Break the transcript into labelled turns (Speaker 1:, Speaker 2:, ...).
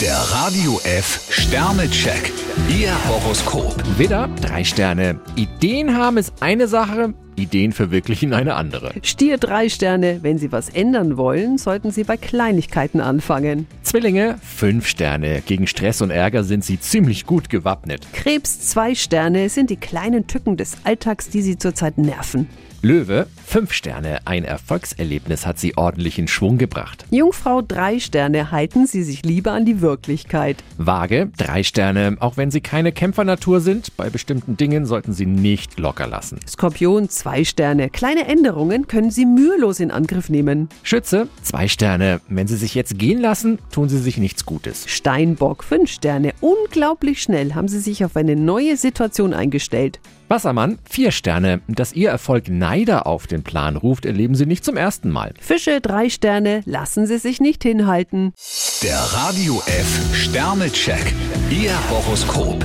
Speaker 1: Der Radio F Sternecheck. Ihr Horoskop.
Speaker 2: Widder, drei Sterne. Ideen haben ist eine Sache, Ideen verwirklichen eine andere.
Speaker 3: Stier drei Sterne, wenn Sie was ändern wollen, sollten Sie bei Kleinigkeiten anfangen.
Speaker 2: Zwillinge, fünf Sterne. Gegen Stress und Ärger sind sie ziemlich gut gewappnet.
Speaker 3: Krebs zwei Sterne sind die kleinen Tücken des Alltags, die Sie zurzeit nerven.
Speaker 2: Löwe, fünf Sterne. Ein Erfolgserlebnis hat sie ordentlich in Schwung gebracht.
Speaker 3: Jungfrau drei Sterne, halten Sie sich lieber an die Wirklichkeit.
Speaker 2: Waage, drei Sterne. Auch wenn sie keine Kämpfernatur sind, bei bestimmten Dingen sollten sie nicht locker lassen.
Speaker 3: Skorpion zwei Sterne, kleine Änderungen können Sie mühelos in Angriff nehmen.
Speaker 2: Schütze, zwei Sterne. Wenn sie sich jetzt gehen lassen, tun sie sich nichts Gutes.
Speaker 3: Steinbock fünf Sterne, unglaublich schnell haben Sie sich auf eine neue Situation eingestellt.
Speaker 2: Wassermann, vier Sterne. Dass ihr Erfolg Neider auf den Plan ruft, erleben sie nicht zum ersten Mal.
Speaker 3: Fische drei Sterne, lassen Sie sich nicht hinhalten.
Speaker 1: Der Radio F Sternecheck. Ihr Horoskop.